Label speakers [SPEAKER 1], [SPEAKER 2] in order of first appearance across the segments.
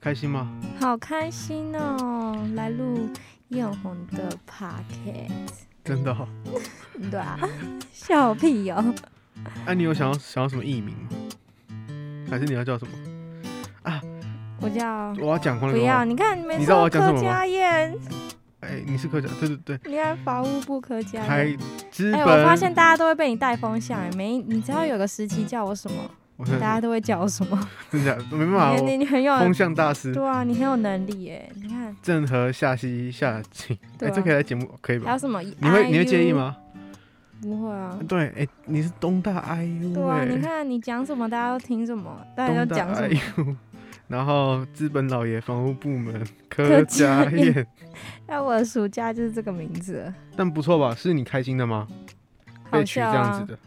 [SPEAKER 1] 开心吗？
[SPEAKER 2] 好开心哦，来录艳红的 Pocket，
[SPEAKER 1] 真的、哦？
[SPEAKER 2] 对啊，笑屁哦哟、
[SPEAKER 1] 哎、你有想要想要什么艺名吗？还是你要叫什么？
[SPEAKER 2] 我叫
[SPEAKER 1] 我要讲黄
[SPEAKER 2] 不
[SPEAKER 1] 陵
[SPEAKER 2] 要，
[SPEAKER 1] 话。
[SPEAKER 2] 你看你没
[SPEAKER 1] 你知道我要
[SPEAKER 2] 说
[SPEAKER 1] 讲什
[SPEAKER 2] 柯
[SPEAKER 1] 么吗
[SPEAKER 2] 佳燕，
[SPEAKER 1] 哎、你是科长，对对对，
[SPEAKER 2] 你看法务部柯佳
[SPEAKER 1] 还
[SPEAKER 2] 燕。
[SPEAKER 1] 资
[SPEAKER 2] 哎、
[SPEAKER 1] 本。
[SPEAKER 2] 我发现大家都会被你带风向，哎没你只要有个时期叫我什么，
[SPEAKER 1] 我
[SPEAKER 2] 大
[SPEAKER 1] 现
[SPEAKER 2] 家
[SPEAKER 1] 在
[SPEAKER 2] 都会叫我什么。
[SPEAKER 1] 真的假的没办法，
[SPEAKER 2] 你
[SPEAKER 1] 我
[SPEAKER 2] 你你很有，
[SPEAKER 1] 嗯风向大师
[SPEAKER 2] 对啊，你很有能力哎，你看
[SPEAKER 1] 郑和下西下井。哎、
[SPEAKER 2] 对啊
[SPEAKER 1] 这可以来节目可以
[SPEAKER 2] 还
[SPEAKER 1] 吧
[SPEAKER 2] 有？什么？
[SPEAKER 1] 你会你会介意？吗？
[SPEAKER 2] 不会啊。
[SPEAKER 1] 对，哎、你是东大 IU，、哎。
[SPEAKER 2] 对啊，你看你讲什么，大家都听什么，大家
[SPEAKER 1] 东
[SPEAKER 2] 都讲
[SPEAKER 1] 大
[SPEAKER 2] 什么。
[SPEAKER 1] IU，然后资本老爷房屋部门
[SPEAKER 2] 柯
[SPEAKER 1] 柯
[SPEAKER 2] 佳
[SPEAKER 1] 佳
[SPEAKER 2] 燕
[SPEAKER 1] 燕，哎
[SPEAKER 2] 那哎我的暑假就是这个名字了，
[SPEAKER 1] 但不错吧？是你开心的吗？
[SPEAKER 2] 好
[SPEAKER 1] 被取这
[SPEAKER 2] 笑
[SPEAKER 1] 样
[SPEAKER 2] 啊
[SPEAKER 1] 子！的，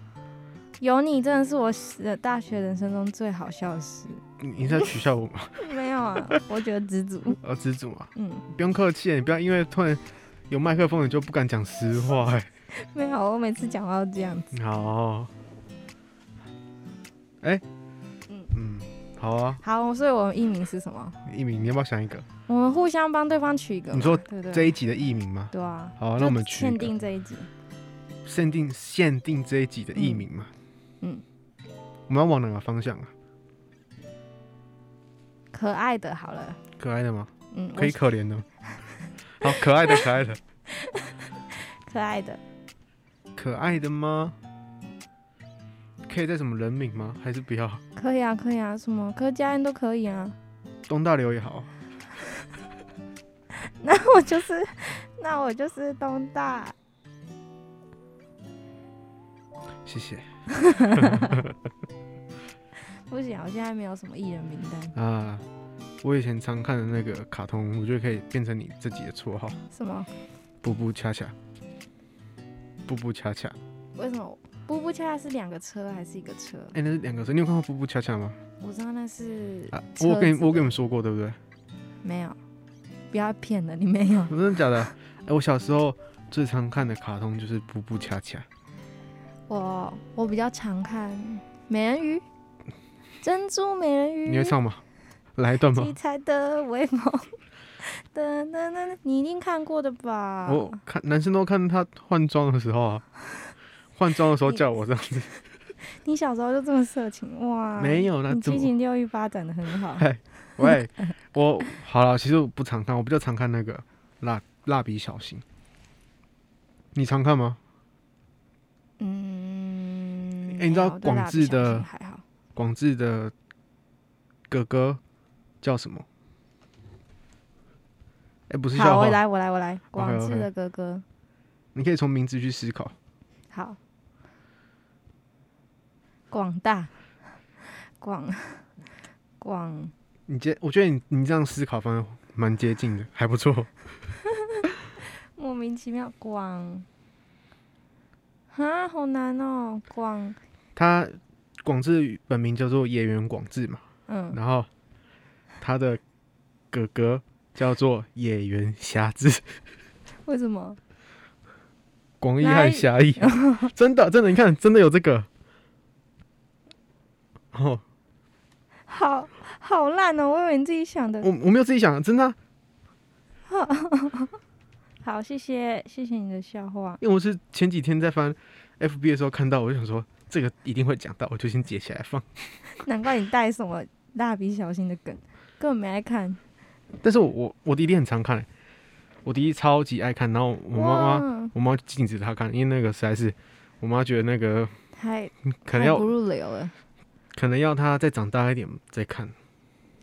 [SPEAKER 2] 有你真的是我的大学人生中最好笑的事。
[SPEAKER 1] 你你是在取笑我吗？
[SPEAKER 2] 没有啊，我觉得知足。
[SPEAKER 1] 呃，知足啊，
[SPEAKER 2] 嗯，
[SPEAKER 1] 不用客气，你不要因为突然有麦克风你就不敢讲实话 哎、
[SPEAKER 2] 没有，啊我每次讲话都这样子。
[SPEAKER 1] 好，哎、
[SPEAKER 2] 嗯
[SPEAKER 1] 嗯，好啊，
[SPEAKER 2] 好，所以我们艺名是什么？
[SPEAKER 1] 艺名，你要不要想一个？
[SPEAKER 2] 我们互相帮对方取一个嘛。
[SPEAKER 1] 你说
[SPEAKER 2] 对啊不
[SPEAKER 1] 这
[SPEAKER 2] 对？
[SPEAKER 1] 一集的艺名吗？
[SPEAKER 2] 对啊。
[SPEAKER 1] 好啊，
[SPEAKER 2] 就
[SPEAKER 1] 那我们取一
[SPEAKER 2] 限
[SPEAKER 1] 个
[SPEAKER 2] 定这一集。
[SPEAKER 1] 限定限定这一集的艺名嘛。
[SPEAKER 2] 嗯
[SPEAKER 1] 我们要往哪个方向啊？
[SPEAKER 2] 可爱的，好了，
[SPEAKER 1] 可爱的吗？
[SPEAKER 2] 嗯，
[SPEAKER 1] 可以
[SPEAKER 2] 我
[SPEAKER 1] 可怜的 吗。好，可爱的，可爱的，
[SPEAKER 2] 可爱的，
[SPEAKER 1] 可爱的吗？可以在什么人名吗？还是不要？
[SPEAKER 2] 可以啊，可以啊，什么柯佳燕都可以啊。
[SPEAKER 1] 东大流也好，
[SPEAKER 2] 那我就是，那我就是东大。
[SPEAKER 1] 谢谢
[SPEAKER 2] 不行啊，我现在没有什么艺人名单。
[SPEAKER 1] 啊。我以前常看的那个卡通，我觉得可以变成你自己的绰号，
[SPEAKER 2] 什么？
[SPEAKER 1] 布布恰恰，布布恰恰。
[SPEAKER 2] 为什么？布布恰恰是两个车还是一个车？
[SPEAKER 1] 哎、那是两个字，你有看过布布恰恰吗？
[SPEAKER 2] 我知道那是
[SPEAKER 1] 啊，
[SPEAKER 2] 车
[SPEAKER 1] 我跟你
[SPEAKER 2] 子的
[SPEAKER 1] 我跟你们说过，对不对？
[SPEAKER 2] 没有，不要骗了，你没 有。
[SPEAKER 1] 我真的假的？哎、我小时候最常看的卡通就是布布恰恰。
[SPEAKER 2] 我我比较常看美人鱼、珍珠美人鱼，
[SPEAKER 1] 你会唱吗？来一段吗
[SPEAKER 2] 七？彩的微风， 噔噔噔，你一定看过的吧？
[SPEAKER 1] 我看男生都看他换装的时候啊，换装的时候叫我这样子，
[SPEAKER 2] 你小时候就这么色情哇？
[SPEAKER 1] 没有啦
[SPEAKER 2] 你
[SPEAKER 1] 怎么
[SPEAKER 2] 七情六欲发展的很好。
[SPEAKER 1] 喂，我好了，其实我不常看，我比较常看那个蜡蜡笔小新。你常看吗？
[SPEAKER 2] 嗯，
[SPEAKER 1] 哎你知道
[SPEAKER 2] 还好对蜡
[SPEAKER 1] 广
[SPEAKER 2] 笔
[SPEAKER 1] 智
[SPEAKER 2] 小新
[SPEAKER 1] 的
[SPEAKER 2] 还好，
[SPEAKER 1] 广志的哥哥叫什么？哎、不是
[SPEAKER 2] 好，
[SPEAKER 1] 笑
[SPEAKER 2] 我
[SPEAKER 1] 话，
[SPEAKER 2] 来，我来，我来，广
[SPEAKER 1] OK，OK
[SPEAKER 2] 智的哥哥，
[SPEAKER 1] 你可以从名字去思考。
[SPEAKER 2] 好，广大，广广
[SPEAKER 1] 你接，我觉得你你这样思考方向蛮接近的，还不错。
[SPEAKER 2] 莫名其妙广，啊，好难哦，广，
[SPEAKER 1] 他广志本名叫做野原广志嘛，
[SPEAKER 2] 嗯，
[SPEAKER 1] 然后他的哥哥叫做野原霞志，
[SPEAKER 2] 为什么？
[SPEAKER 1] 广义和狭 义，真的真的，你看真的有这个。哦，
[SPEAKER 2] 好好烂哦，我以为你自己想的
[SPEAKER 1] 我。我没有自己想的，真的啊、
[SPEAKER 2] 好，谢谢，谢谢你的笑话。
[SPEAKER 1] 因为我是前几天在翻 FB 的时候看到，我就想说这个一定会讲到，我就先截起来放。
[SPEAKER 2] 难怪你带什么蜡笔小新的梗，根本没爱看。
[SPEAKER 1] 但是我我我弟弟很常看、我弟弟超级爱看，然后我妈妈
[SPEAKER 2] 哇，
[SPEAKER 1] 我妈禁止他看，因为那个实在是我妈觉得那个
[SPEAKER 2] 太
[SPEAKER 1] 可能
[SPEAKER 2] 太
[SPEAKER 1] 要
[SPEAKER 2] 不入流了。
[SPEAKER 1] 可能要他再长大一点再看。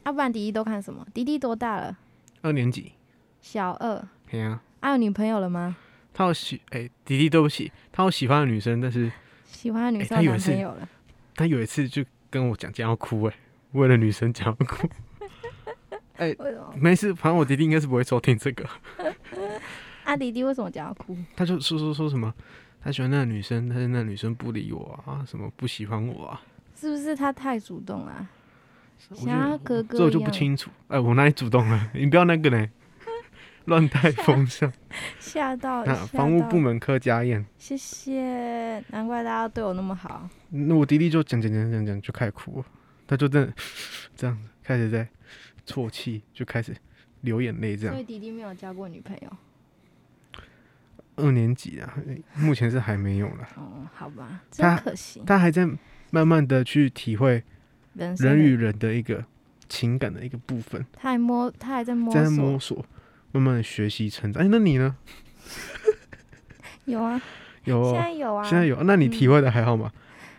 [SPEAKER 2] 要、啊不然迪迪都看什么？迪迪多大了？
[SPEAKER 1] 二年级，
[SPEAKER 2] 小二。
[SPEAKER 1] 哎呀、
[SPEAKER 2] 啊，有女朋友了吗？
[SPEAKER 1] 他有喜哎、弟弟对不起，他有喜欢的女生，但是
[SPEAKER 2] 喜欢的女
[SPEAKER 1] 哎
[SPEAKER 2] 生
[SPEAKER 1] 他有
[SPEAKER 2] 有男
[SPEAKER 1] 一次
[SPEAKER 2] 朋友了？
[SPEAKER 1] 他有一次就跟我讲讲要哭、哎，为了女生讲要 哭，
[SPEAKER 2] 为什么？
[SPEAKER 1] 没事，反正我弟弟应该是不会收听这个。
[SPEAKER 2] 啊，迪迪为什么讲要哭？
[SPEAKER 1] 他就说说说什么，他喜欢那个女生，但是那个女生不理我啊，什么不喜欢我啊，
[SPEAKER 2] 是不是他太主动了、
[SPEAKER 1] 我就
[SPEAKER 2] 想要哥哥
[SPEAKER 1] 这我
[SPEAKER 2] 一
[SPEAKER 1] 就不
[SPEAKER 2] 样，
[SPEAKER 1] 清楚。哎、我哪里主动了？你不要那个 呢，乱带风向。
[SPEAKER 2] 吓到
[SPEAKER 1] 那
[SPEAKER 2] 吓
[SPEAKER 1] 房务
[SPEAKER 2] 到
[SPEAKER 1] 部门柯佳燕，
[SPEAKER 2] 谢谢，难怪大家对我那么好。
[SPEAKER 1] 那我弟弟就讲讲讲讲讲就开始哭了，他就真的 这样子开始在啜泣，就开始流眼泪这
[SPEAKER 2] 所
[SPEAKER 1] 样。
[SPEAKER 2] 以弟弟没有交过女朋友。
[SPEAKER 1] 二年级啊，目前是还没有啦，
[SPEAKER 2] 哦，好吧，真
[SPEAKER 1] 他
[SPEAKER 2] 可惜。
[SPEAKER 1] 他还在慢慢的去体会
[SPEAKER 2] 人生
[SPEAKER 1] 人
[SPEAKER 2] 的
[SPEAKER 1] 与人的一个情感的一个部分，
[SPEAKER 2] 他还摸，他还在摸
[SPEAKER 1] 在
[SPEAKER 2] 索。
[SPEAKER 1] 摸索，慢慢的学习成长。哎，那你呢？
[SPEAKER 2] 有啊，
[SPEAKER 1] 有
[SPEAKER 2] 现
[SPEAKER 1] 哦、
[SPEAKER 2] 在有啊，
[SPEAKER 1] 现在有，那你
[SPEAKER 2] 嗯
[SPEAKER 1] 体会的还好吗？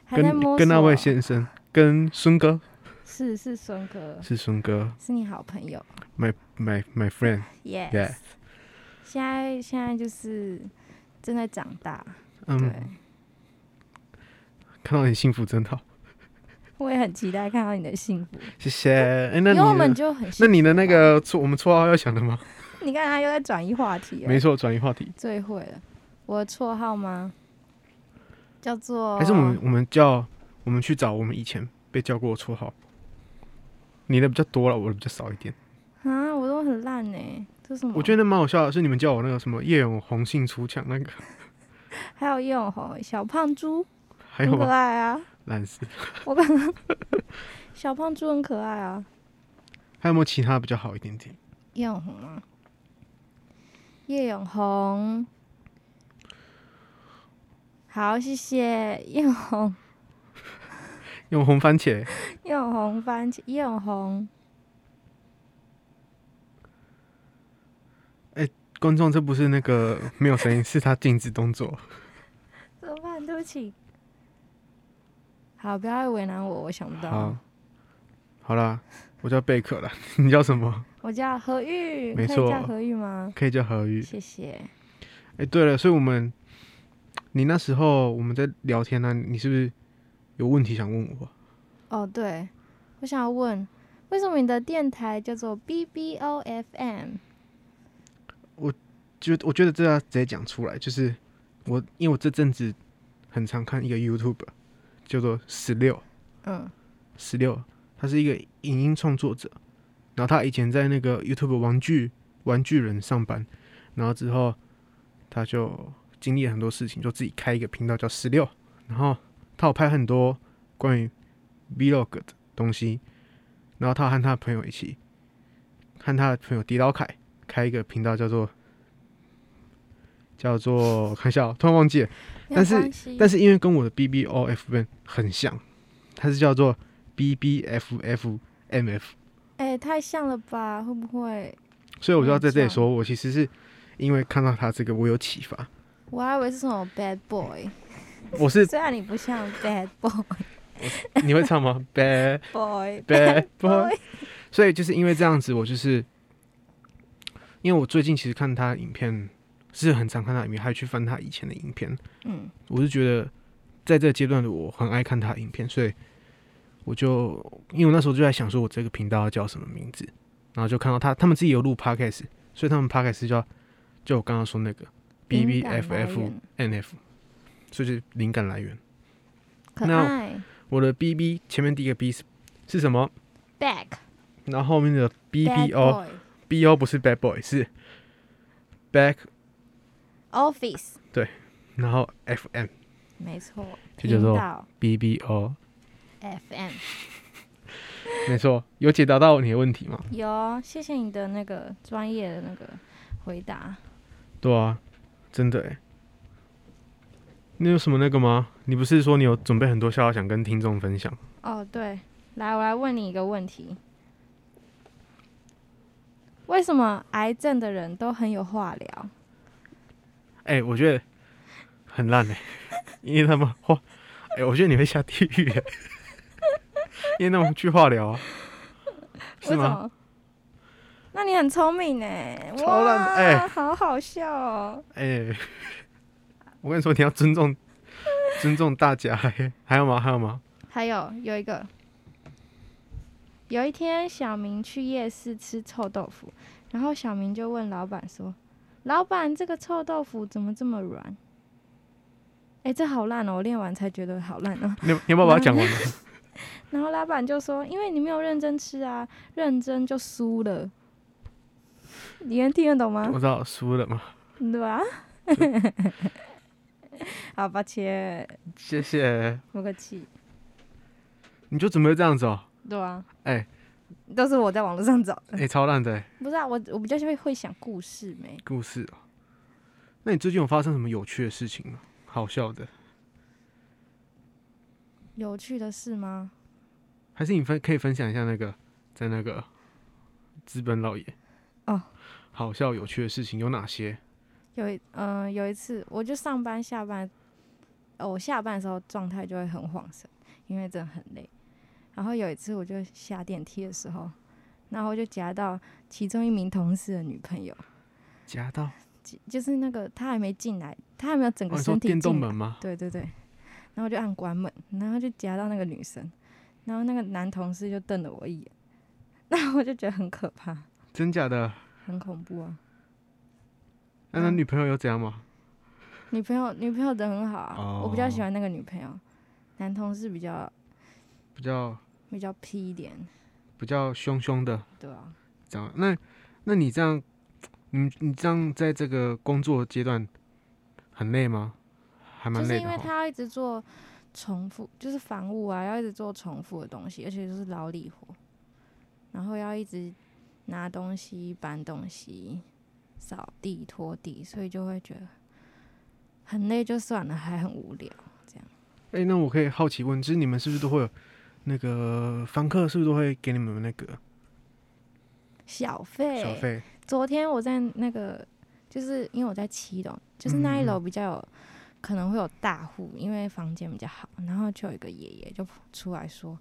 [SPEAKER 2] 还在
[SPEAKER 1] 跟
[SPEAKER 2] 摸索。
[SPEAKER 1] 跟那位先生，跟孙哥，
[SPEAKER 2] 是是孙哥，
[SPEAKER 1] 是孙哥
[SPEAKER 2] 是你好朋友。
[SPEAKER 1] ，my my my friend。
[SPEAKER 2] Yes。
[SPEAKER 1] Yeah
[SPEAKER 2] 现在现在就是正在长大，对，
[SPEAKER 1] 嗯，看到你幸福真好，
[SPEAKER 2] 我也很期待看到你的幸福，
[SPEAKER 1] 谢谢。哎、那
[SPEAKER 2] 因
[SPEAKER 1] 你
[SPEAKER 2] 为我们
[SPEAKER 1] 呢？
[SPEAKER 2] 就很幸
[SPEAKER 1] 那你的那个绰我们绰号要想的吗？
[SPEAKER 2] 福， 你看他又在转移话题了，
[SPEAKER 1] 没错，转移话题，
[SPEAKER 2] 最会了。我的绰号吗？叫做
[SPEAKER 1] 还是我们我们叫我们去找我们以前被叫过的绰号。你的比较多了，我的比较少一点。
[SPEAKER 2] 啊，我都很烂呢、这是什么？
[SPEAKER 1] 我觉得那蛮好笑的，是你们叫我那个什么叶永红杏出墙那个，
[SPEAKER 2] 还有叶永红、小胖猪，
[SPEAKER 1] 还
[SPEAKER 2] 很
[SPEAKER 1] 有
[SPEAKER 2] 可
[SPEAKER 1] 吗？
[SPEAKER 2] 爱啊，
[SPEAKER 1] 蓝丝，
[SPEAKER 2] 小胖猪很可爱啊。
[SPEAKER 1] 还有没有其他比较好一点点？
[SPEAKER 2] 叶永红吗？叶永红，好，谢谢叶永红，
[SPEAKER 1] 用红番茄，
[SPEAKER 2] 叶永红番茄，叶永红，
[SPEAKER 1] 观众这不是那个没有声音，是他静止动作。
[SPEAKER 2] 怎么办？对不起。好，不要为难我，我想不到
[SPEAKER 1] 好。，好啦，我叫贝克啦，你叫什么？
[SPEAKER 2] 我叫何玉，可
[SPEAKER 1] 没
[SPEAKER 2] 以
[SPEAKER 1] 错嗯
[SPEAKER 2] 叫何玉吗？
[SPEAKER 1] 可以叫何宇。
[SPEAKER 2] 谢谢。
[SPEAKER 1] 哎、对了，所以我们，你那时候我们在聊天呢、你是不是有问题想问我？
[SPEAKER 2] 哦，对，我想要问，为什么你的电台叫做 B B O F M？
[SPEAKER 1] 就我觉得这要直接讲出来，就是我因为我这阵子很常看一个 YouTube，叫做十六
[SPEAKER 2] 嗯，
[SPEAKER 1] 十六，他是一个影音创作者，然后他以前在那个 YouTube 玩具玩具人上班，然后之后他就经历了很多事情，就自己开一个频道叫十六，然后他有拍很多关于 Vlog 的东西，然后他和他的朋友一起，和他的朋友迪老凯开一个频道叫做叫做看一下哦，突然忘记了，
[SPEAKER 2] 没有
[SPEAKER 1] 但是
[SPEAKER 2] 关系
[SPEAKER 1] 但是因为跟我的 B B O F N 很像，它是叫做 B B F F M F，
[SPEAKER 2] 哎、太像了吧？会不会？
[SPEAKER 1] 所以我就要
[SPEAKER 2] 很
[SPEAKER 1] 在这里
[SPEAKER 2] 像
[SPEAKER 1] 说，我其实是因为看到他这个，我有启发。
[SPEAKER 2] 我还以为是什么 bad boy，
[SPEAKER 1] 我是
[SPEAKER 2] 虽然你不像 bad boy
[SPEAKER 1] 你会唱吗？Bad
[SPEAKER 2] boy
[SPEAKER 1] bad boy。
[SPEAKER 2] boy，
[SPEAKER 1] 所以就是因为这样子，我就是因为我最近其实看他的影片是很常看他的影片，还去翻他以前的影片。
[SPEAKER 2] 嗯，
[SPEAKER 1] 我是觉得在这个阶段的我很爱看他的影片，所以我就因为我那时候就在想说我这个频道要叫什么名字，然后就看到他他们自己有录 podcast，所以他们 podcast 叫就我刚刚说那个 B B
[SPEAKER 2] 灵感
[SPEAKER 1] F
[SPEAKER 2] 来
[SPEAKER 1] F
[SPEAKER 2] 源
[SPEAKER 1] N F，所以就是灵感来源。
[SPEAKER 2] 可
[SPEAKER 1] 那
[SPEAKER 2] 爱
[SPEAKER 1] 我的 B B 前面第一个 B 是是什么？
[SPEAKER 2] back
[SPEAKER 1] 然后后面的 B
[SPEAKER 2] bad
[SPEAKER 1] B O
[SPEAKER 2] boy
[SPEAKER 1] B O 不是 bad boy 是 back，
[SPEAKER 2] office，
[SPEAKER 1] 然后 F M
[SPEAKER 2] 没错，
[SPEAKER 1] 这叫做
[SPEAKER 2] 频道
[SPEAKER 1] B B O，
[SPEAKER 2] FM
[SPEAKER 1] 没错，有解答到你的问题吗？
[SPEAKER 2] 有，哦谢谢你的那个专业的那个回答。
[SPEAKER 1] 对啊，真的哎。你有什么那个吗？你不是说你有准备很多笑话想跟听众分享？
[SPEAKER 2] 哦，对，来，我来问你一个问题：为什么癌症的人都很有话聊？
[SPEAKER 1] 哎、我觉得很烂哎、 因为他们话，哎、我觉得你会下地狱、欸， 因为那种句话聊啊，
[SPEAKER 2] 为
[SPEAKER 1] 是
[SPEAKER 2] 什
[SPEAKER 1] 吗？
[SPEAKER 2] 么？那你很聪明呢，
[SPEAKER 1] 超烂的哎
[SPEAKER 2] 哇好好笑哦！
[SPEAKER 1] 哎、我跟你说，你要尊重尊重大家、欸。还有吗？还有吗？
[SPEAKER 2] 还有有一个，有一天小明去夜市吃臭豆腐，然后小明就问老板说：“老板，这个臭豆腐怎么这么软？”哎、这好烂哦！我练完才觉得好烂哦。
[SPEAKER 1] 你你要不要把它讲完？
[SPEAKER 2] 然后老板就说：“因为你没有认真吃啊，认真就输了。”你能听得懂吗
[SPEAKER 1] 我？知道输了嘛，
[SPEAKER 2] 对吧？ 好，抱歉，
[SPEAKER 1] 谢谢。
[SPEAKER 2] 不客气。
[SPEAKER 1] 你就准备这样子哦、
[SPEAKER 2] 对啊，都是我在网络上找的。
[SPEAKER 1] 哎、超烂的、欸、
[SPEAKER 2] 不是啊，我我比较会会想故事没？
[SPEAKER 1] 故事哦、那你最近有发生什么有趣的事情吗？好笑的，
[SPEAKER 2] 有趣的事吗？
[SPEAKER 1] 还是你分可以分享一下那个在那个资本老爷
[SPEAKER 2] 哦，
[SPEAKER 1] 好笑有趣的事情有哪些？
[SPEAKER 2] 有一嗯、有一次我就上班下班，呃，我下班的时候状态就会很晃神，因为真的很累。然后有一次我就下电梯的时候，然后我就夹到其中一名同事的女朋友，
[SPEAKER 1] 夹到
[SPEAKER 2] 就就是那个她还没进来，她还没有整
[SPEAKER 1] 哦，
[SPEAKER 2] 个
[SPEAKER 1] 你说
[SPEAKER 2] 身体
[SPEAKER 1] 电动
[SPEAKER 2] 进来，
[SPEAKER 1] 门吗？
[SPEAKER 2] 对对对，然后我就按关门，然后就夹到那个女生，然后那个男同事就瞪了我一眼， 然后我就觉得很可怕，
[SPEAKER 1] 真假的？
[SPEAKER 2] 很恐怖啊。
[SPEAKER 1] 那那
[SPEAKER 2] 嗯
[SPEAKER 1] 女朋友有怎样吗？
[SPEAKER 2] 女朋友女朋友人很好啊，我比较喜
[SPEAKER 1] 哦
[SPEAKER 2] 欢那个女朋友，男同事比较
[SPEAKER 1] 比较
[SPEAKER 2] 比较屁一点，
[SPEAKER 1] 比较凶凶的
[SPEAKER 2] 对啊，
[SPEAKER 1] 这样。那那你这样，你你这样在这个工作阶段很累吗？还蛮
[SPEAKER 2] 就是
[SPEAKER 1] 累
[SPEAKER 2] 因
[SPEAKER 1] 的
[SPEAKER 2] 为
[SPEAKER 1] 吼。
[SPEAKER 2] 他要一直做重复，就是房务啊，要一直做重复的东西，而且就是劳力活，然后要一直拿东西、搬东西、扫地、拖地，所以就会觉得很累就算了，还很无聊。
[SPEAKER 1] 哎、那我可以好奇问，就是你们是不是都会有那个房客是不是都会给你们那个
[SPEAKER 2] 小费，
[SPEAKER 1] 小费？
[SPEAKER 2] 昨天我在那个，就是因为我在七楼，就是那一
[SPEAKER 1] 嗯
[SPEAKER 2] 楼比较有、可能会有大户，因为房间比较好，然后就有一个爷爷就出来说，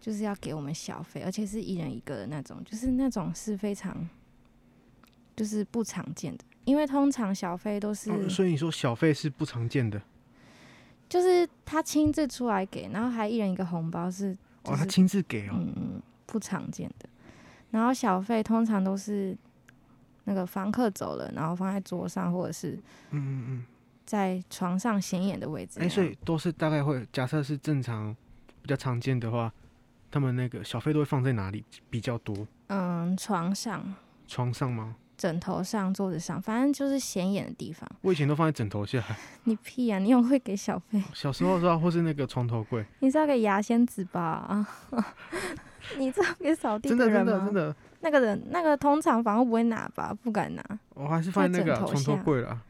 [SPEAKER 2] 就是要给我们小费，而且是一人一个的那种，就是那种是非常就是不常见的，因为通常小费都是、
[SPEAKER 1] 哦所以你说小费是不常见的哦
[SPEAKER 2] 就是他亲自出来给，然后还一人一个红包是
[SPEAKER 1] 哦，
[SPEAKER 2] 就
[SPEAKER 1] 他
[SPEAKER 2] 是
[SPEAKER 1] 亲自给哦，
[SPEAKER 2] 嗯嗯，不常见的。然后小费通常都是那个房客走了，然后放在桌上或者是
[SPEAKER 1] 嗯嗯嗯，
[SPEAKER 2] 在床上显眼的位置
[SPEAKER 1] 哎、
[SPEAKER 2] 那样。
[SPEAKER 1] 所以都是大概会假设是正常比较常见的话，他们那个小费都会放在哪里比较多？
[SPEAKER 2] 嗯，床上、
[SPEAKER 1] 床上吗？
[SPEAKER 2] 枕头上、桌子上，反正就是显眼的地方。
[SPEAKER 1] 我以前都放在枕头下，
[SPEAKER 2] 你屁呀、你有会给小费？
[SPEAKER 1] 小时候是吧，或是那个床头 柜，
[SPEAKER 2] 你是要给牙仙子吧？ 啊，你知道给扫地
[SPEAKER 1] 真的真
[SPEAKER 2] 人
[SPEAKER 1] 的
[SPEAKER 2] 吗？
[SPEAKER 1] 真的，
[SPEAKER 2] 那个人那个通常房屋不会拿吧？不敢拿。
[SPEAKER 1] 我还是放在那个
[SPEAKER 2] 在枕头
[SPEAKER 1] 床头
[SPEAKER 2] 下
[SPEAKER 1] 柜了，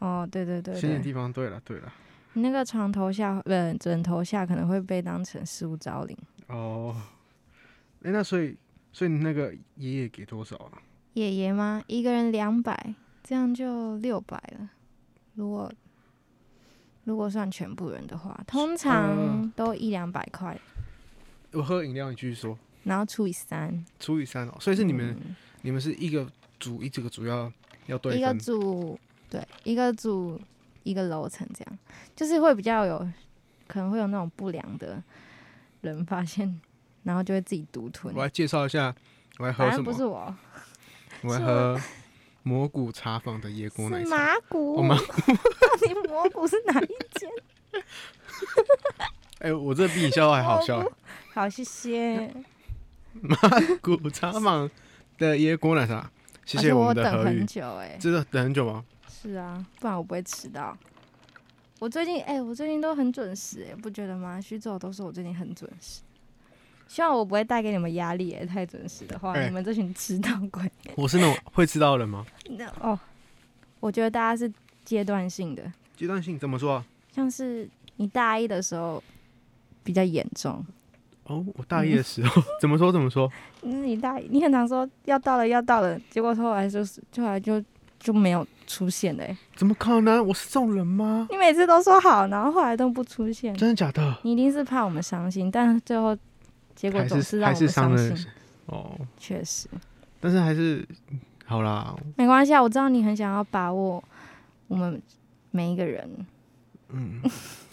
[SPEAKER 2] 哦，对对对对，
[SPEAKER 1] 显眼地方。对了对了，
[SPEAKER 2] 你那个床头下，呃，枕头下可能会被当成失物招领。
[SPEAKER 1] 哦，哎、那所以所以你那个爷爷给多少啊？
[SPEAKER 2] 爷爷吗？一个人两百，这样就六百了。如果如果算全部人的话，通常都一两百块，
[SPEAKER 1] 我喝饮料，你继续说，
[SPEAKER 2] 然后除以三，
[SPEAKER 1] 除以三哦，所以是你们、
[SPEAKER 2] 嗯
[SPEAKER 1] 你们是一个组一这个组要要对
[SPEAKER 2] 一个
[SPEAKER 1] 分，
[SPEAKER 2] 组，对，一个组一个楼层这样，就是会比较有可能会有那种不良的人发现，然后就会自己独吞
[SPEAKER 1] 我。来介绍一下我来喝
[SPEAKER 2] 反
[SPEAKER 1] 什
[SPEAKER 2] 正不
[SPEAKER 1] 么，
[SPEAKER 2] 是我，
[SPEAKER 1] 我来
[SPEAKER 2] 是我
[SPEAKER 1] 喝蘑菇茶坊的椰果奶
[SPEAKER 2] 是
[SPEAKER 1] 茶。
[SPEAKER 2] 麻古。
[SPEAKER 1] 哦麻
[SPEAKER 2] 你 蘑菇是哪一间？
[SPEAKER 1] 哎、我这比你笑话还好笑
[SPEAKER 2] 蘑。好，谢谢。
[SPEAKER 1] 菇茶坊的椰果奶茶， 谢
[SPEAKER 2] 而
[SPEAKER 1] 谢
[SPEAKER 2] 且
[SPEAKER 1] 们
[SPEAKER 2] 我
[SPEAKER 1] 的
[SPEAKER 2] 等
[SPEAKER 1] 何宇
[SPEAKER 2] 很。久哎、
[SPEAKER 1] 真的等很久吗？
[SPEAKER 2] 是啊，不然我不会迟到。我最近哎、我最近都很准时哎、不觉得吗？徐总都说我最近很准时，希望我不会带给你们压力哎、太准时的话，
[SPEAKER 1] 哎
[SPEAKER 2] 你们这群迟到鬼。
[SPEAKER 1] 我是那种会迟到的人吗？
[SPEAKER 2] 那哦，我觉得大家是阶段性的，
[SPEAKER 1] 阶段性怎么说啊？
[SPEAKER 2] 像是你大一的时候比较严重，
[SPEAKER 1] 哦，我大一的时候 怎么说怎么说？
[SPEAKER 2] 嗯你大一你很常说要到了要到了，结果后来就是后来就就没有出现了、哎
[SPEAKER 1] 怎么可能？我是这种人吗？
[SPEAKER 2] 你每次都说好，然后后来都不出现。
[SPEAKER 1] 真的假的？
[SPEAKER 2] 你一定是怕我们伤心，但最后结果
[SPEAKER 1] 还
[SPEAKER 2] 总
[SPEAKER 1] 是还
[SPEAKER 2] 让我
[SPEAKER 1] 是
[SPEAKER 2] 们
[SPEAKER 1] 伤
[SPEAKER 2] 伤
[SPEAKER 1] 了
[SPEAKER 2] 心。
[SPEAKER 1] 哦，
[SPEAKER 2] 确实，
[SPEAKER 1] 但是还是好啦，
[SPEAKER 2] 没关系啊，我知道你很想要把握我们每一个人。
[SPEAKER 1] 嗯，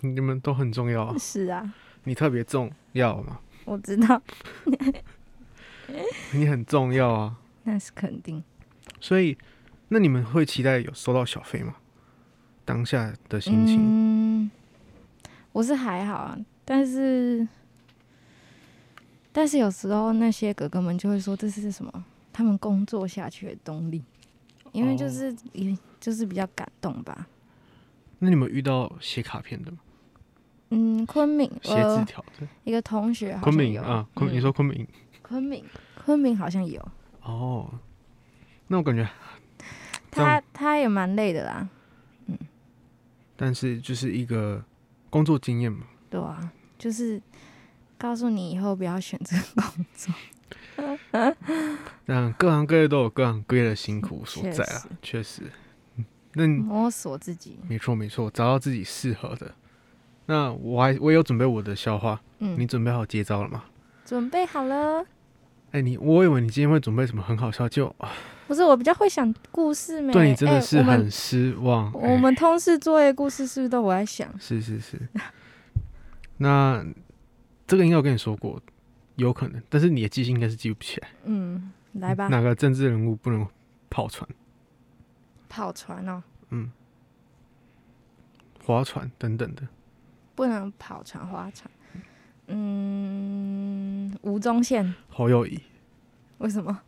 [SPEAKER 1] 你们都很重要啊，
[SPEAKER 2] 是啊，
[SPEAKER 1] 你特别重要嘛，
[SPEAKER 2] 我知道，
[SPEAKER 1] 你很重要啊，
[SPEAKER 2] 那是肯定。
[SPEAKER 1] 所以那你们会期待有收到小费吗？当下的心情，
[SPEAKER 2] 嗯，我是还好啊，但是但是有时候那些哥哥们就会说这是什么？他们工作下去的动力，因为
[SPEAKER 1] 哦
[SPEAKER 2] 就是、也就是比较感动吧。
[SPEAKER 1] 那你们遇到写卡片的吗？
[SPEAKER 2] 嗯，昆明，
[SPEAKER 1] 写纸
[SPEAKER 2] 呃，
[SPEAKER 1] 条的？
[SPEAKER 2] 一个同学好
[SPEAKER 1] 昆
[SPEAKER 2] 像
[SPEAKER 1] 明
[SPEAKER 2] 有
[SPEAKER 1] 啊，昆，你
[SPEAKER 2] 嗯
[SPEAKER 1] 说昆明
[SPEAKER 2] 昆明，昆明好像有，
[SPEAKER 1] 哦，那我感觉，这样
[SPEAKER 2] 他他也蛮累的啦，
[SPEAKER 1] 但是就是一个工作经验嘛。
[SPEAKER 2] 对啊，就是告诉你以后不要选这个工作，
[SPEAKER 1] 但各行各业都有各行各业的辛苦所在啊，
[SPEAKER 2] 嗯
[SPEAKER 1] 确实。嗯那你
[SPEAKER 2] 摸索自己。
[SPEAKER 1] 没错没错，找到自己适合的。那我还我也有准备我的笑话，你
[SPEAKER 2] 嗯，
[SPEAKER 1] 准备好接招了吗？
[SPEAKER 2] 准备好了？
[SPEAKER 1] 哎、你我以为你今天会准备什么很好笑，就啊
[SPEAKER 2] 不是，我比较会想故事没？
[SPEAKER 1] 对你真的
[SPEAKER 2] 哎
[SPEAKER 1] 是
[SPEAKER 2] 我们
[SPEAKER 1] 很失望。
[SPEAKER 2] 我
[SPEAKER 1] 哎
[SPEAKER 2] 们通识作业故事是不是都我在想？
[SPEAKER 1] 是是是。 那这个应该我跟你说过，有可能，但是你的记性应该是记不起来。
[SPEAKER 2] 嗯，来吧，
[SPEAKER 1] 哪个政治人物不能泡船、
[SPEAKER 2] 跑船哦，
[SPEAKER 1] 划船等等的？
[SPEAKER 2] 不能跑船、划船。嗯，吴宗宪
[SPEAKER 1] 侯友 谊
[SPEAKER 2] 为什么？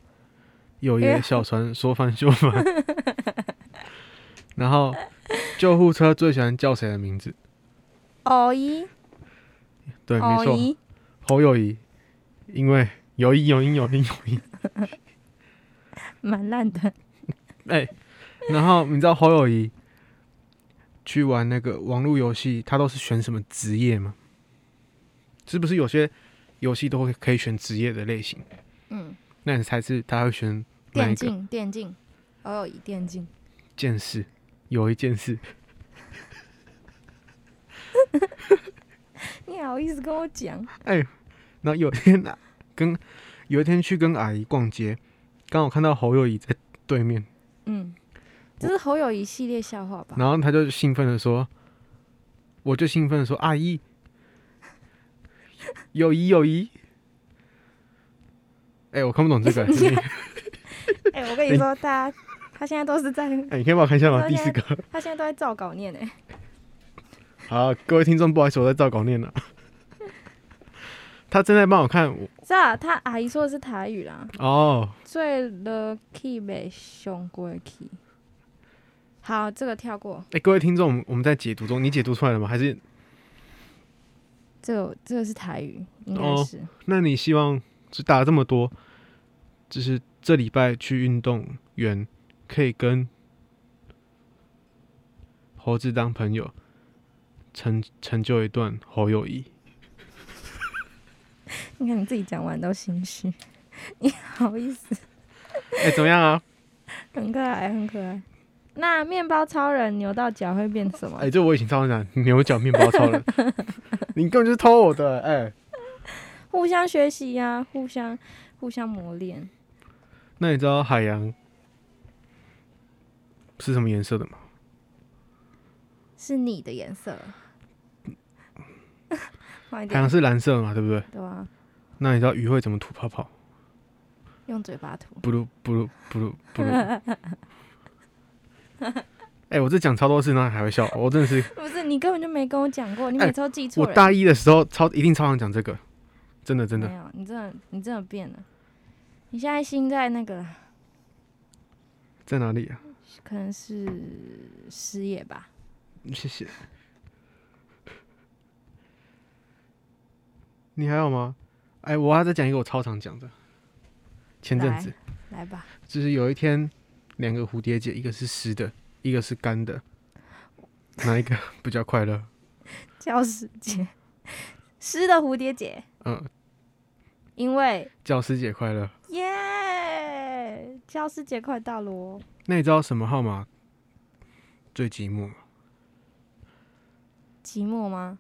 [SPEAKER 1] 友谊的小船说翻就翻。 然后救护车最喜欢叫谁的名字？
[SPEAKER 2] 偶一，
[SPEAKER 1] 对，没
[SPEAKER 2] 偶
[SPEAKER 1] 错，
[SPEAKER 2] 哦一，
[SPEAKER 1] 侯友谊，因为有一有一有一有 一。
[SPEAKER 2] 蛮烂的。
[SPEAKER 1] 哎、然后你知道侯友谊去玩那个网络游戏，他都是选什么职业吗？是不是有些游戏都会可以选职业的类型？
[SPEAKER 2] 嗯，
[SPEAKER 1] 那你猜是他会选哪一个？
[SPEAKER 2] 电竞，电竞，偶有一哦电竞，
[SPEAKER 1] 件事，有一件 事，
[SPEAKER 2] 你好意思跟我讲？
[SPEAKER 1] 然后有一天啊跟有一天去跟阿姨逛街，刚好看到侯友谊在对面，
[SPEAKER 2] 嗯，这是侯友谊系列笑话吧？
[SPEAKER 1] 然后他就兴奋的说，我就兴奋的说，阿姨，友谊友谊，哎、我看不懂这个、
[SPEAKER 2] 你
[SPEAKER 1] 真的
[SPEAKER 2] 哎、我跟你说，大家他现在都是在，
[SPEAKER 1] 哎、你可以帮我看一下吗？
[SPEAKER 2] 我
[SPEAKER 1] 第
[SPEAKER 2] 现
[SPEAKER 1] 四
[SPEAKER 2] 在
[SPEAKER 1] 个，
[SPEAKER 2] 他现在都在照稿念哎、
[SPEAKER 1] 好，各位听众，不好意思，我在照稿念了。 他正在帮我看我
[SPEAKER 2] 是啊，他阿姨说的是台语啦。
[SPEAKER 1] 哦，
[SPEAKER 2] 最 lucky 呗，上过去。好，这个跳过，
[SPEAKER 1] 哎、各位听众，我们我们在解读中，你解读出来了吗？还是
[SPEAKER 2] 这个这个是台语，应该
[SPEAKER 1] 哦
[SPEAKER 2] 是、
[SPEAKER 1] 那你希望就打了这么多，就是这礼拜去运动员可以跟猴子当朋友，成成就一段猴友谊。
[SPEAKER 2] 你看你自己讲完都心虚， 你好意思？
[SPEAKER 1] 哎、怎么样啊？
[SPEAKER 2] 很可爱，很可爱。那面包超人扭到脚会变什么？
[SPEAKER 1] 哎、这我以前超人讲牛角面包超人， 你根本就是偷我的哎、
[SPEAKER 2] 互相学习呀、互相互相磨练。
[SPEAKER 1] 那你知道海洋是什么颜色的吗？
[SPEAKER 2] 是你的颜色， 快
[SPEAKER 1] 海洋
[SPEAKER 2] 点，
[SPEAKER 1] 是蓝色的嘛，对不对？
[SPEAKER 2] 对啊？
[SPEAKER 1] 那你知道鱼会怎么吐泡泡？
[SPEAKER 2] 用嘴巴涂。
[SPEAKER 1] 不如不如不如不如。 哎、我这讲超多次，然后还会笑，我真的 是，
[SPEAKER 2] 不是，你根本就没跟我讲过，你
[SPEAKER 1] 哎
[SPEAKER 2] 每次都记错
[SPEAKER 1] 我
[SPEAKER 2] 人。
[SPEAKER 1] 大一的时候超一定超常讲这个，真的真的
[SPEAKER 2] 没。有，你真的你真的变了。你现在心在那个
[SPEAKER 1] 在哪里啊？
[SPEAKER 2] 可能是失业吧？
[SPEAKER 1] 谢谢。 你还有吗？哎、我要再讲一个我超常讲的，前阵
[SPEAKER 2] 来
[SPEAKER 1] 子
[SPEAKER 2] 来吧，
[SPEAKER 1] 就是有一天，两个蝴蝶结，一个是湿的，一个是干的，哪一个 比较快乐？
[SPEAKER 2] 教师节， 湿的蝴蝶结，
[SPEAKER 1] 嗯，
[SPEAKER 2] 因为
[SPEAKER 1] 教师节快乐。
[SPEAKER 2] 耶，教师节快到了哦。
[SPEAKER 1] 那你知道什么号码最寂寞吗？
[SPEAKER 2] 寂寞吗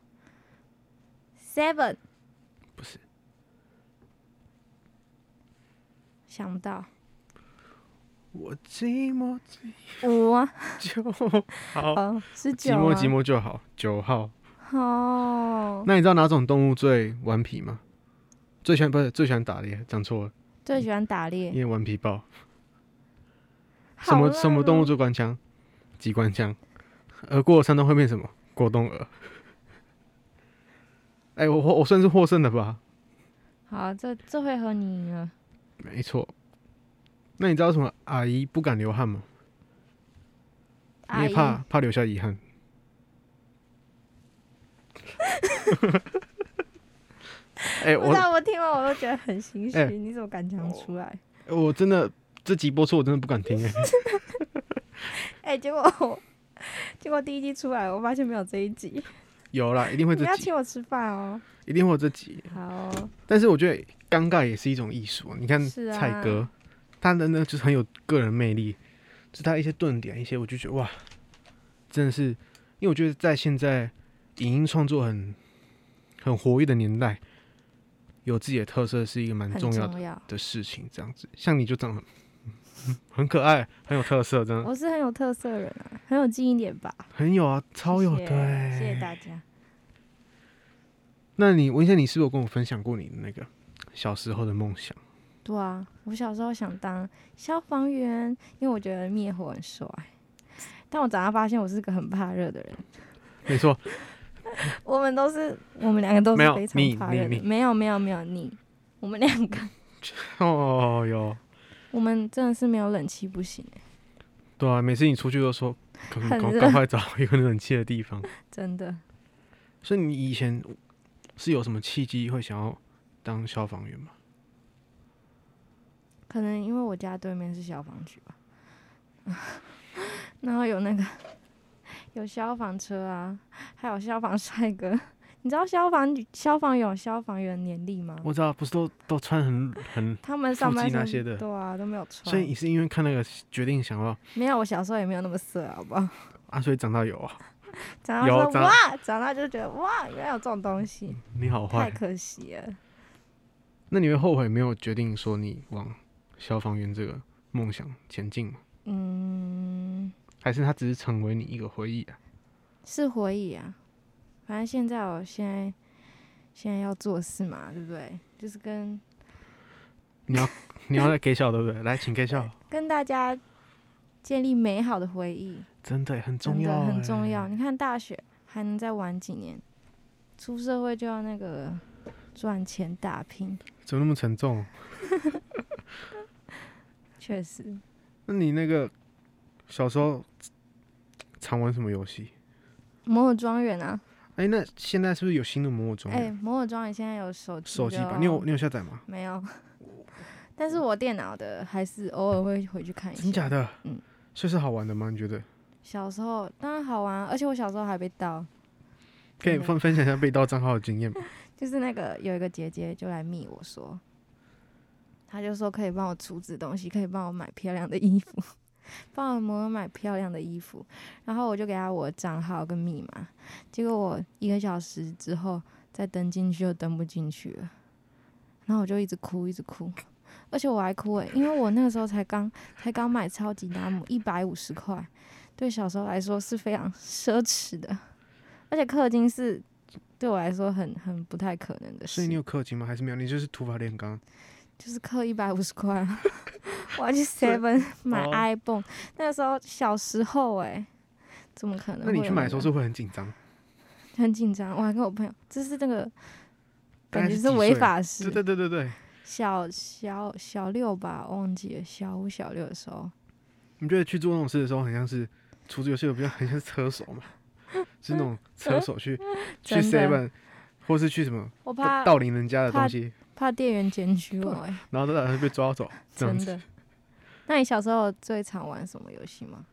[SPEAKER 2] ？Seven
[SPEAKER 1] 不是，
[SPEAKER 2] 想不到
[SPEAKER 1] 我寂寞
[SPEAKER 2] 五啊，
[SPEAKER 1] 就好，啊
[SPEAKER 2] 哦是
[SPEAKER 1] 寂
[SPEAKER 2] 九
[SPEAKER 1] 寞
[SPEAKER 2] 吗？
[SPEAKER 1] 寂寞就好。九号，
[SPEAKER 2] 哦，
[SPEAKER 1] 那你知道哪种动物最顽皮吗？最喜欢不是最喜欢打猎，讲错了，
[SPEAKER 2] 最喜欢打
[SPEAKER 1] 因
[SPEAKER 2] 猎，
[SPEAKER 1] 为顽皮豹。
[SPEAKER 2] 好
[SPEAKER 1] 什么
[SPEAKER 2] 烂
[SPEAKER 1] 什么动物
[SPEAKER 2] 哦？
[SPEAKER 1] 最官腔？机关枪。而过了山洞会变什么？过冬鹅。 哎、我我我算是获胜了吧？
[SPEAKER 2] 好，这这回合你赢了，
[SPEAKER 1] 没错。那你知道为什么阿姨不敢流汗吗？因
[SPEAKER 2] 阿
[SPEAKER 1] 为
[SPEAKER 2] 姨
[SPEAKER 1] 怕怕留下遗 憾。哎、
[SPEAKER 2] 不知
[SPEAKER 1] 我
[SPEAKER 2] 道我听完我都觉得很心虚，
[SPEAKER 1] 哎哦
[SPEAKER 2] 你怎么敢讲出来？
[SPEAKER 1] 我真的这集播出我真的不敢听哎、
[SPEAKER 2] 哎、结果 我结果第一季出来，我发现没有这一集，
[SPEAKER 1] 有啦，一定会
[SPEAKER 2] 你
[SPEAKER 1] 这
[SPEAKER 2] 们要
[SPEAKER 1] 集，
[SPEAKER 2] 请我吃饭哦。
[SPEAKER 1] 一定会有这集。
[SPEAKER 2] 好哦，
[SPEAKER 1] 但是我觉得尴尬也是一种艺术。你看
[SPEAKER 2] 是啊
[SPEAKER 1] 蔡哥，他的呢就是很有个人魅力，就他一些顿点，一些我就觉得哇，真的是，因为我觉得在现在影音创作很很活跃的年代，有自己的特色是一个蛮
[SPEAKER 2] 很
[SPEAKER 1] 重要的
[SPEAKER 2] 重要。
[SPEAKER 1] 的事情。这样子，像你就长得很 很可爱，很有特色，真的
[SPEAKER 2] 我是很有特色的人啊，很有记忆点吧？
[SPEAKER 1] 很有啊，超有
[SPEAKER 2] 谢
[SPEAKER 1] 的
[SPEAKER 2] 谢
[SPEAKER 1] 欸、
[SPEAKER 2] 谢谢大家。
[SPEAKER 1] 那你文先，你是不是有跟我分享过你的那个小时候的梦想？
[SPEAKER 2] 对啊，我小时候想当消防员，因为我觉得灭火很帅。但我长大发现我是个很怕热的人，
[SPEAKER 1] 没错，
[SPEAKER 2] 我们都是，我们两个都
[SPEAKER 1] 没
[SPEAKER 2] 是
[SPEAKER 1] 有
[SPEAKER 2] 非
[SPEAKER 1] 你
[SPEAKER 2] 常怕热
[SPEAKER 1] 你
[SPEAKER 2] 的。
[SPEAKER 1] 你
[SPEAKER 2] 没有没有没有你，我们两个，
[SPEAKER 1] 哦哟，
[SPEAKER 2] 我们真的是没有冷气不行、欸，
[SPEAKER 1] 对啊，每次你出去都说赶
[SPEAKER 2] 很
[SPEAKER 1] 赶
[SPEAKER 2] 热
[SPEAKER 1] 赶快找一个冷气的地方。
[SPEAKER 2] 真的。
[SPEAKER 1] 所以你以前是有什么契机会想要当消防员吗？
[SPEAKER 2] 可能因为我家对面是消防局吧， 然后有那个有消防车啊，还有消防帅哥。你知道消防消防有消防员年历吗？
[SPEAKER 1] 我知道，不是都都穿很很，
[SPEAKER 2] 他们上班
[SPEAKER 1] 腹肌那
[SPEAKER 2] 族
[SPEAKER 1] 些的
[SPEAKER 2] 对啊，都没有穿。
[SPEAKER 1] 所以你是因为看那个决定想要
[SPEAKER 2] 没有，我小时候也没有那么色，好不好？
[SPEAKER 1] 啊，所以长大有啊，
[SPEAKER 2] 长大
[SPEAKER 1] 有
[SPEAKER 2] 说
[SPEAKER 1] 长
[SPEAKER 2] 哇，长大就觉得哇，原来有这种东西，
[SPEAKER 1] 你好
[SPEAKER 2] 太
[SPEAKER 1] 坏。
[SPEAKER 2] 可惜了。
[SPEAKER 1] 那你会后悔没有决定说你往消防员这个梦想前进吗？
[SPEAKER 2] 嗯，
[SPEAKER 1] 还是它只是成为你一个回忆啊？
[SPEAKER 2] 是回忆啊，反正现在我现在现在要做事嘛，对不对？就是跟
[SPEAKER 1] 你 要你要来给笑对不对？来，请给笑，
[SPEAKER 2] 跟大家建立美好的回忆，
[SPEAKER 1] 真的很重
[SPEAKER 2] 真
[SPEAKER 1] 要、
[SPEAKER 2] 的很
[SPEAKER 1] 欸
[SPEAKER 2] 重要。你看大学还能再玩几年，出社会就要那个赚钱打拼，
[SPEAKER 1] 怎么那么沉重？
[SPEAKER 2] 确实。
[SPEAKER 1] 那你那个小时候常玩什么游戏？
[SPEAKER 2] 摩尔庄园啊，
[SPEAKER 1] 哎、那现在是不是有新的魔物装
[SPEAKER 2] 哎、
[SPEAKER 1] 备？
[SPEAKER 2] 摩尔庄园现在有手机
[SPEAKER 1] 手机
[SPEAKER 2] 的
[SPEAKER 1] 版，
[SPEAKER 2] 哦
[SPEAKER 1] 你有你有下载吗？
[SPEAKER 2] 没有？ 但是我电脑的还是偶尔会回去看一下。
[SPEAKER 1] 真假的？
[SPEAKER 2] 嗯，
[SPEAKER 1] 所以是好玩的吗？你觉得？
[SPEAKER 2] 小时候当然好玩，啊而且我小时候还被盗，
[SPEAKER 1] 可以
[SPEAKER 2] 真的
[SPEAKER 1] 分分享一下被盗账号的经验吗？
[SPEAKER 2] 就是那个有一个姐姐就来密我说，她就说可以帮我处置东西，可以帮我买漂亮的衣服， 帮我模买漂亮的衣服。然后我就给她我的账号跟密码，结果我一个小时之后再登进去又登不进去了，然后我就一直哭一直哭。而且我还哭诶、欸因为我那个时候才刚才刚买超级达姆一百五十块，对小时候来说是非常奢侈的， 而且氪金是对我来说很很不太可能的事。
[SPEAKER 1] 所以你有氪金吗？还是没有？你就是土法炼钢。
[SPEAKER 2] 就是氪一百五十 块啊，我要去 Seven 买
[SPEAKER 1] 哦
[SPEAKER 2] iPhone、那时候小时候哎、怎么可能
[SPEAKER 1] 那
[SPEAKER 2] 会有人？
[SPEAKER 1] 你去买的时候是会很紧张，
[SPEAKER 2] 很紧张，我还跟我朋友，这是那个
[SPEAKER 1] 大
[SPEAKER 2] 感
[SPEAKER 1] 概
[SPEAKER 2] 觉
[SPEAKER 1] 是
[SPEAKER 2] 是
[SPEAKER 1] 几
[SPEAKER 2] 违
[SPEAKER 1] 岁
[SPEAKER 2] 法
[SPEAKER 1] 对
[SPEAKER 2] 事。
[SPEAKER 1] 对对对对，
[SPEAKER 2] 小小小六吧，我忘记了，小五小六的时候，
[SPEAKER 1] 你觉得去做那种事的时候，很像是除了游戏，比较很像是车手 嘛，是那种车手去去
[SPEAKER 2] 真的
[SPEAKER 1] seven，或是去什么
[SPEAKER 2] 我怕
[SPEAKER 1] 盗领人家的东西，
[SPEAKER 2] 怕店员检举我、欸，
[SPEAKER 1] 然后都打算被抓走，这样
[SPEAKER 2] 真
[SPEAKER 1] 子。
[SPEAKER 2] 的。那你小时候最常玩什么游戏吗？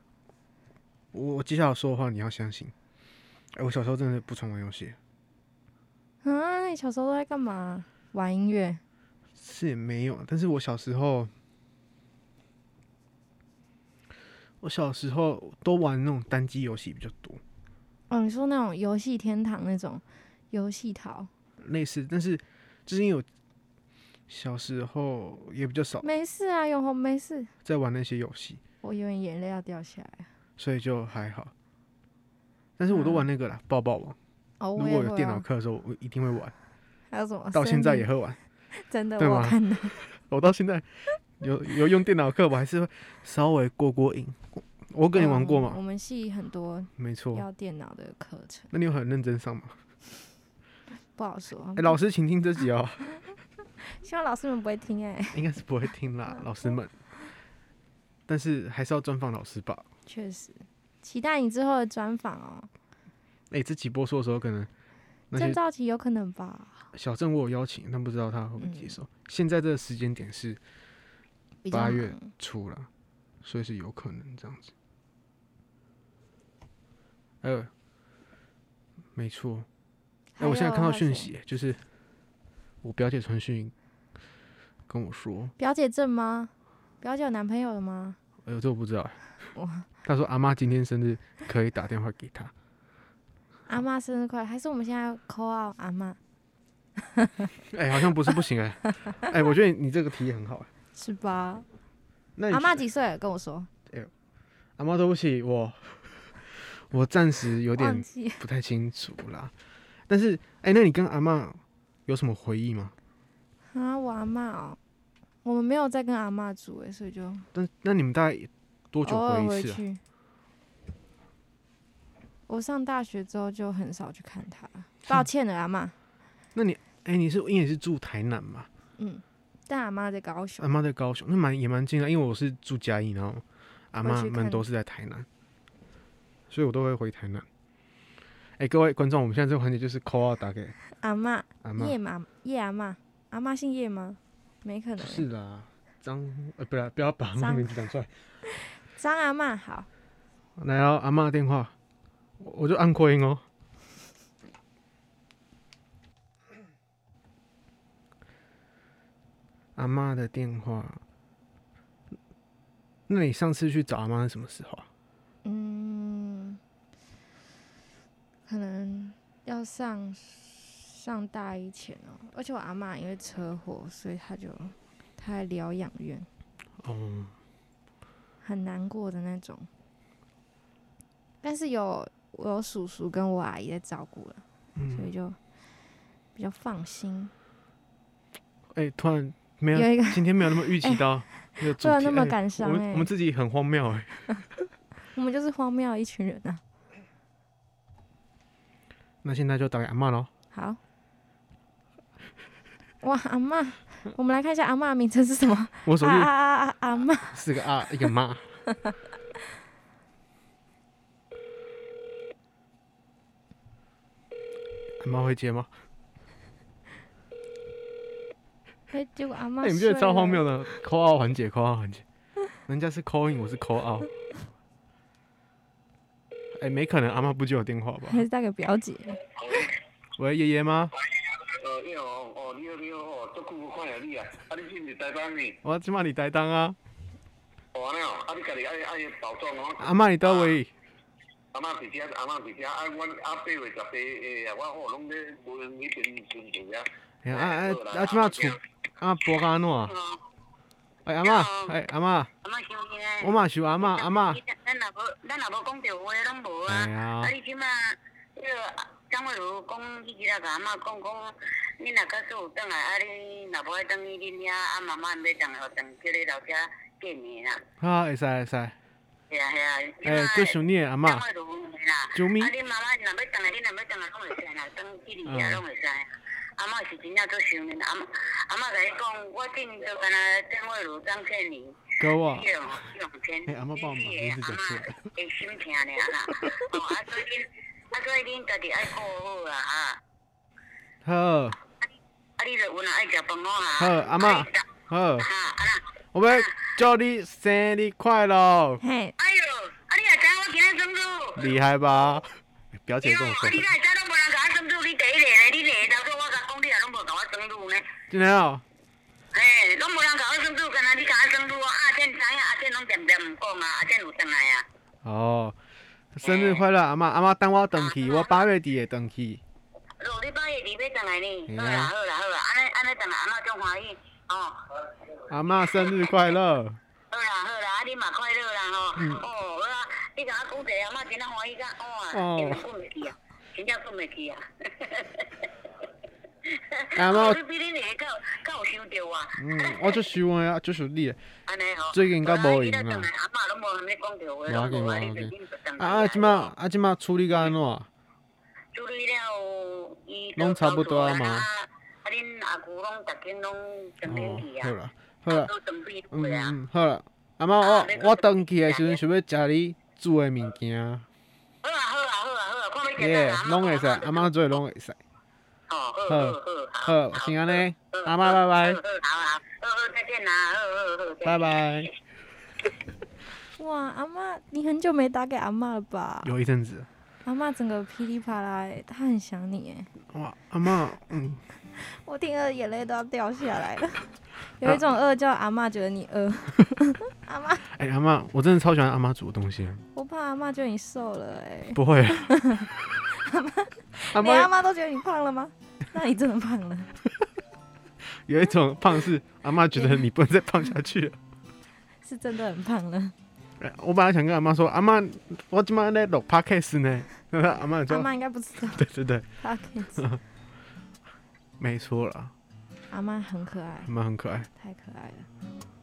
[SPEAKER 1] 我我接下来说的话，你要相信。哎、我小时候真的不常玩游戏，
[SPEAKER 2] 啊，那你小时候都在干嘛？玩音乐？
[SPEAKER 1] 是也没有，但是我小时候，我小时候都玩那种单机游戏比较多，
[SPEAKER 2] 哦，你说那种游戏天堂那种游戏淘？
[SPEAKER 1] 类似，但是就是因为我小时候也比较少
[SPEAKER 2] 没事啊，永红没事。
[SPEAKER 1] 在玩那些游戏，
[SPEAKER 2] 我有点眼泪要掉下来。
[SPEAKER 1] 所以就还好。但是我都玩那个啦，抱抱王。
[SPEAKER 2] 嗯哦，
[SPEAKER 1] 如
[SPEAKER 2] 我
[SPEAKER 1] 果
[SPEAKER 2] 也
[SPEAKER 1] 有
[SPEAKER 2] 会
[SPEAKER 1] 电脑
[SPEAKER 2] 啊。
[SPEAKER 1] 课的时候，我一定会玩，
[SPEAKER 2] 还有什么？
[SPEAKER 1] 到现在也
[SPEAKER 2] 森
[SPEAKER 1] 会玩。
[SPEAKER 2] 林真的，
[SPEAKER 1] 对
[SPEAKER 2] 我
[SPEAKER 1] 吗
[SPEAKER 2] 看到。
[SPEAKER 1] 我到现在有有用电脑课，我还是会稍微过过瘾。我跟你玩过
[SPEAKER 2] 嗯我
[SPEAKER 1] 吗？
[SPEAKER 2] 们系很多
[SPEAKER 1] 没错。
[SPEAKER 2] 要电脑的课程，
[SPEAKER 1] 那你有很认真上吗？
[SPEAKER 2] 不好说
[SPEAKER 1] 哎、。老师，请听这集哦，
[SPEAKER 2] 希望老师们不会听哎，
[SPEAKER 1] 应该是不会听啦，
[SPEAKER 2] 嗯
[SPEAKER 1] 老师们。但是还是要专访老师吧。
[SPEAKER 2] 确实。期待你之后的专访哦，
[SPEAKER 1] 哎、这集播出的时候，可能那
[SPEAKER 2] 郑
[SPEAKER 1] 些
[SPEAKER 2] 兆琪有可能吧？
[SPEAKER 1] 小郑我有邀请，但不知道他会不会接受。
[SPEAKER 2] 嗯
[SPEAKER 1] 现在这个时间点是
[SPEAKER 2] 比较
[SPEAKER 1] 八
[SPEAKER 2] 忙
[SPEAKER 1] 月初了，所以是有可能这样子。还有，没错，哎、
[SPEAKER 2] 还
[SPEAKER 1] 我现在
[SPEAKER 2] 有
[SPEAKER 1] 看到
[SPEAKER 2] 还有
[SPEAKER 1] 讯
[SPEAKER 2] 谁
[SPEAKER 1] 息，就是我表姐传讯跟我说，
[SPEAKER 2] 表姐正吗？表姐有男朋友了吗？
[SPEAKER 1] 哎呦，这我不知道、哎，
[SPEAKER 2] 哇，
[SPEAKER 1] 她说阿妈今天生日，可以打电话给她。
[SPEAKER 2] 阿妈生日快乐！还是我们现在 call out 阿妈
[SPEAKER 1] 哎、好像不是不行哎、哎、我觉得你这个提议很好哎、
[SPEAKER 2] 是吧？
[SPEAKER 1] 那你
[SPEAKER 2] 阿
[SPEAKER 1] 觉
[SPEAKER 2] 妈几岁？跟我说，
[SPEAKER 1] 阿妈，对不起，我我暂时有
[SPEAKER 2] 忘
[SPEAKER 1] 点
[SPEAKER 2] 记。
[SPEAKER 1] 不太清楚啦。但是，哎、那你跟阿妈有什么回忆吗？
[SPEAKER 2] 啊，我阿妈哦，我们没有在跟阿妈住诶，所以就
[SPEAKER 1] 但那你们大概多久
[SPEAKER 2] 偶尔
[SPEAKER 1] 回一
[SPEAKER 2] 回
[SPEAKER 1] 次啊？
[SPEAKER 2] 去。我上大学之后就很少去看她了，抱歉了阿妈。
[SPEAKER 1] 那你，哎、你是因为你是住台南嘛？
[SPEAKER 2] 嗯，但阿妈在高雄
[SPEAKER 1] 阿，妈在高雄，那蛮也蛮近的，因为我是住嘉义，然后阿
[SPEAKER 2] 回
[SPEAKER 1] 妈
[SPEAKER 2] 去
[SPEAKER 1] 们
[SPEAKER 2] 看
[SPEAKER 1] 都是在台南，所以我都会回台南。哎、各位观众，我们现在这个环节就是 call out 打给
[SPEAKER 2] 阿妈
[SPEAKER 1] 阿妈，
[SPEAKER 2] 叶妈叶阿妈，阿妈姓叶吗？没可能
[SPEAKER 1] 不
[SPEAKER 2] 欸，
[SPEAKER 1] 是啦，张，呃，不要不要把阿妈
[SPEAKER 2] 张
[SPEAKER 1] 名字讲出来。
[SPEAKER 2] 张阿妈好。
[SPEAKER 1] 来啊，阿妈电话，我我就按扩音哦。阿妈的电话，那你上次去找阿妈是什么时候啊？
[SPEAKER 2] 嗯，可能要上上大一前哦，而且我阿嬷因为车祸，所以她就她在疗养院，
[SPEAKER 1] 哦，
[SPEAKER 2] 很难过的那种。但是有我有叔叔跟我阿姨在照顾了，
[SPEAKER 1] 嗯
[SPEAKER 2] 所以就比较放心。
[SPEAKER 1] 哎、突然没有，
[SPEAKER 2] 有一个
[SPEAKER 1] 今天没有那么预期 到那个主
[SPEAKER 2] 突
[SPEAKER 1] 题，
[SPEAKER 2] 然那么
[SPEAKER 1] 哎
[SPEAKER 2] 感伤
[SPEAKER 1] 我
[SPEAKER 2] 哎、
[SPEAKER 1] 们我们自己很荒谬哎、
[SPEAKER 2] 我们就是荒谬的一群人啊。
[SPEAKER 1] 那现在就打给阿妈喽。
[SPEAKER 2] 好，哇，阿嬷，我们来看一下阿嬷的名称是什么？
[SPEAKER 1] 我手
[SPEAKER 2] 啊
[SPEAKER 1] 机
[SPEAKER 2] 啊啊啊！阿嬷。
[SPEAKER 1] 四个啊，一个妈。哎阿妈会接吗？
[SPEAKER 2] 哎、结果阿妈、
[SPEAKER 1] 哎、你不觉得超荒谬？的？扣二环节，扣二环节，人家是扣音，我是扣二。哎、没可能，阿妈不接我电话 吧？
[SPEAKER 2] 还是打给表姐？
[SPEAKER 1] 喂，爷爷吗？
[SPEAKER 3] 哦，你好，哦，你好，你好，哦，足久无看到你啊！啊，你是毋是台北呢？
[SPEAKER 1] 我要去骂你呆当啊！
[SPEAKER 3] 哦，安尼哦，啊，你家己爱爱包装哦。
[SPEAKER 1] 阿妈你到位，
[SPEAKER 3] 阿嬷伫遮，阿嬷伫遮，啊，阮阿伯为十八诶，我哦拢咧无闲迄边巡游啊。
[SPEAKER 1] 哎呀啊啊啊！去骂厝啊，波干诺
[SPEAKER 4] Ờ,
[SPEAKER 1] 啊！哎、阿妈，哎、阿妈，
[SPEAKER 4] 我嘛想起来
[SPEAKER 1] 我，嘛是阿妈，阿妈。
[SPEAKER 4] 咱若无，咱若无讲着话，拢无啊
[SPEAKER 1] 哎。呀
[SPEAKER 4] 啊，，你即马，迄个张慧茹讲，伊今仔甲阿嬷讲讲，你若假使有转来，啊你若无爱转去恁遐，啊妈妈要转来，就转叫你老家过年啦。
[SPEAKER 1] 啊，会使会使。哎、
[SPEAKER 4] 系啊系啊。你
[SPEAKER 1] 欸，
[SPEAKER 4] 若
[SPEAKER 1] 最想你的阿妈
[SPEAKER 4] 张。慧茹嘿啦。
[SPEAKER 1] 救命
[SPEAKER 4] 啊，你妈妈若要转来，你若要转来，拢会使啦，转去恁遐拢会使。阿嬷是真正做想恁，阿嬷阿嬷甲你讲，我顶着干那张慧茹转过年。
[SPEAKER 1] 给我。
[SPEAKER 4] 哎
[SPEAKER 1] 哎阿嬷帮我把名字讲出来。
[SPEAKER 4] 会心疼的啦，哦，啊，所以恁，啊，所以恁家己爱顾好啊，啊，
[SPEAKER 1] 好，
[SPEAKER 4] 啊，你着有若爱食饭哦啊。
[SPEAKER 1] 好阿嬷
[SPEAKER 4] 啊你若
[SPEAKER 1] 好，
[SPEAKER 4] 哈，啊啦，
[SPEAKER 1] 我们祝你生日快乐，
[SPEAKER 2] 嘿，
[SPEAKER 4] 哎哟，啊，你也知我今仔生日。
[SPEAKER 1] 厉害吧？表姐
[SPEAKER 4] 哟，
[SPEAKER 1] 跟我
[SPEAKER 4] 啊
[SPEAKER 1] 说，
[SPEAKER 4] 你哪会知拢无人甲我生日？你第一个呢？你第一头先我甲讲，你也拢无甲我生日呢？
[SPEAKER 1] 今天哦，
[SPEAKER 4] 嘿，拢无人甲我生日，干那你甲我生日，我阿健知影，阿健拢点点毋讲啊，阿健有转来啊。
[SPEAKER 1] 哦，生日快乐，阿妈，阿妈等我等去，我八月底也等去。
[SPEAKER 4] 落礼拜月二要转来呢。好
[SPEAKER 1] 嘿啊
[SPEAKER 4] 啦好啦好啦，安尼安尼转来，阿嬷足欢喜哦。
[SPEAKER 1] 阿妈生日快乐，
[SPEAKER 4] 好啦好啦，啊你嘛快乐啦吼！哦，好啦，你甲我讲者，阿妈真啊欢喜甲，
[SPEAKER 1] 哦
[SPEAKER 4] 哦，真正困袂去啊，真正困袂去啊！
[SPEAKER 1] 阿嬷
[SPEAKER 4] 哦你比恁下较较有想着我，
[SPEAKER 1] 嗯，我就喜欢啊，就是你的。
[SPEAKER 4] 安尼吼。
[SPEAKER 1] 最近较无闲啊
[SPEAKER 4] 好你今仔回来阿嬷拢无安尼讲着话，
[SPEAKER 1] 无要紧
[SPEAKER 4] 拢
[SPEAKER 1] 无
[SPEAKER 4] 无啊
[SPEAKER 1] 要
[SPEAKER 4] 你
[SPEAKER 1] 紧
[SPEAKER 4] 最近就等
[SPEAKER 1] 啊啊，
[SPEAKER 4] 下
[SPEAKER 1] 即马啊即马处理个安怎？
[SPEAKER 4] 处理了，伊就
[SPEAKER 1] 拢差不多啊嘛
[SPEAKER 4] 到厝啊啊恁阿舅拢逐天拢整天
[SPEAKER 1] 哦
[SPEAKER 4] 去，
[SPEAKER 1] 好
[SPEAKER 4] 啊，
[SPEAKER 1] 啦好啦，
[SPEAKER 4] 都准备
[SPEAKER 1] 嗯
[SPEAKER 4] 过啊。
[SPEAKER 1] 嗯好啦，阿妈我我等去的时阵想要食你煮的物件，
[SPEAKER 4] 好啊好啊好啊好啊，看要食啥
[SPEAKER 1] 耶，
[SPEAKER 4] 阿嬷
[SPEAKER 1] 拢会使，
[SPEAKER 4] 讲啊
[SPEAKER 1] 阿妈做的拢会使。
[SPEAKER 4] 哦，哦，好好好，
[SPEAKER 1] 好，先安尼，阿妈拜
[SPEAKER 4] 好
[SPEAKER 1] 拜，
[SPEAKER 4] 好好，好好再见啦，好好好，
[SPEAKER 1] 拜。拜。
[SPEAKER 2] 哇，阿妈，你很久没打给阿妈了吧？
[SPEAKER 1] 有一阵子，
[SPEAKER 2] 阿妈整个噼里啪啦、欸，她很想你哎、
[SPEAKER 1] 哇，阿妈，嗯，
[SPEAKER 2] 我听了眼泪都要掉下 来了。有一
[SPEAKER 1] 啊
[SPEAKER 2] 种饿叫阿妈觉得你饿， 阿妈，
[SPEAKER 1] 哎、阿妈，我真的超喜欢阿妈煮的东西，
[SPEAKER 2] 我怕阿妈觉得你瘦了哎、欸，
[SPEAKER 1] 不会，阿
[SPEAKER 2] 连阿
[SPEAKER 1] 妈
[SPEAKER 2] 妈都觉得你胖了 吗？那你真的胖了。
[SPEAKER 1] 有一种胖是阿妈觉得你不能再胖下去了。
[SPEAKER 2] 是真的很胖了。
[SPEAKER 1] 哎我本来想跟阿妈说，阿妈，我今晚在录 podcast 呢， 然后阿妈
[SPEAKER 2] 阿
[SPEAKER 1] 说，
[SPEAKER 2] 妈应该不知道
[SPEAKER 1] 对对对，
[SPEAKER 2] 他可以吃。
[SPEAKER 1] 没错啦，
[SPEAKER 2] 阿妈很可爱
[SPEAKER 1] 阿，妈很可爱。
[SPEAKER 2] 太可爱了。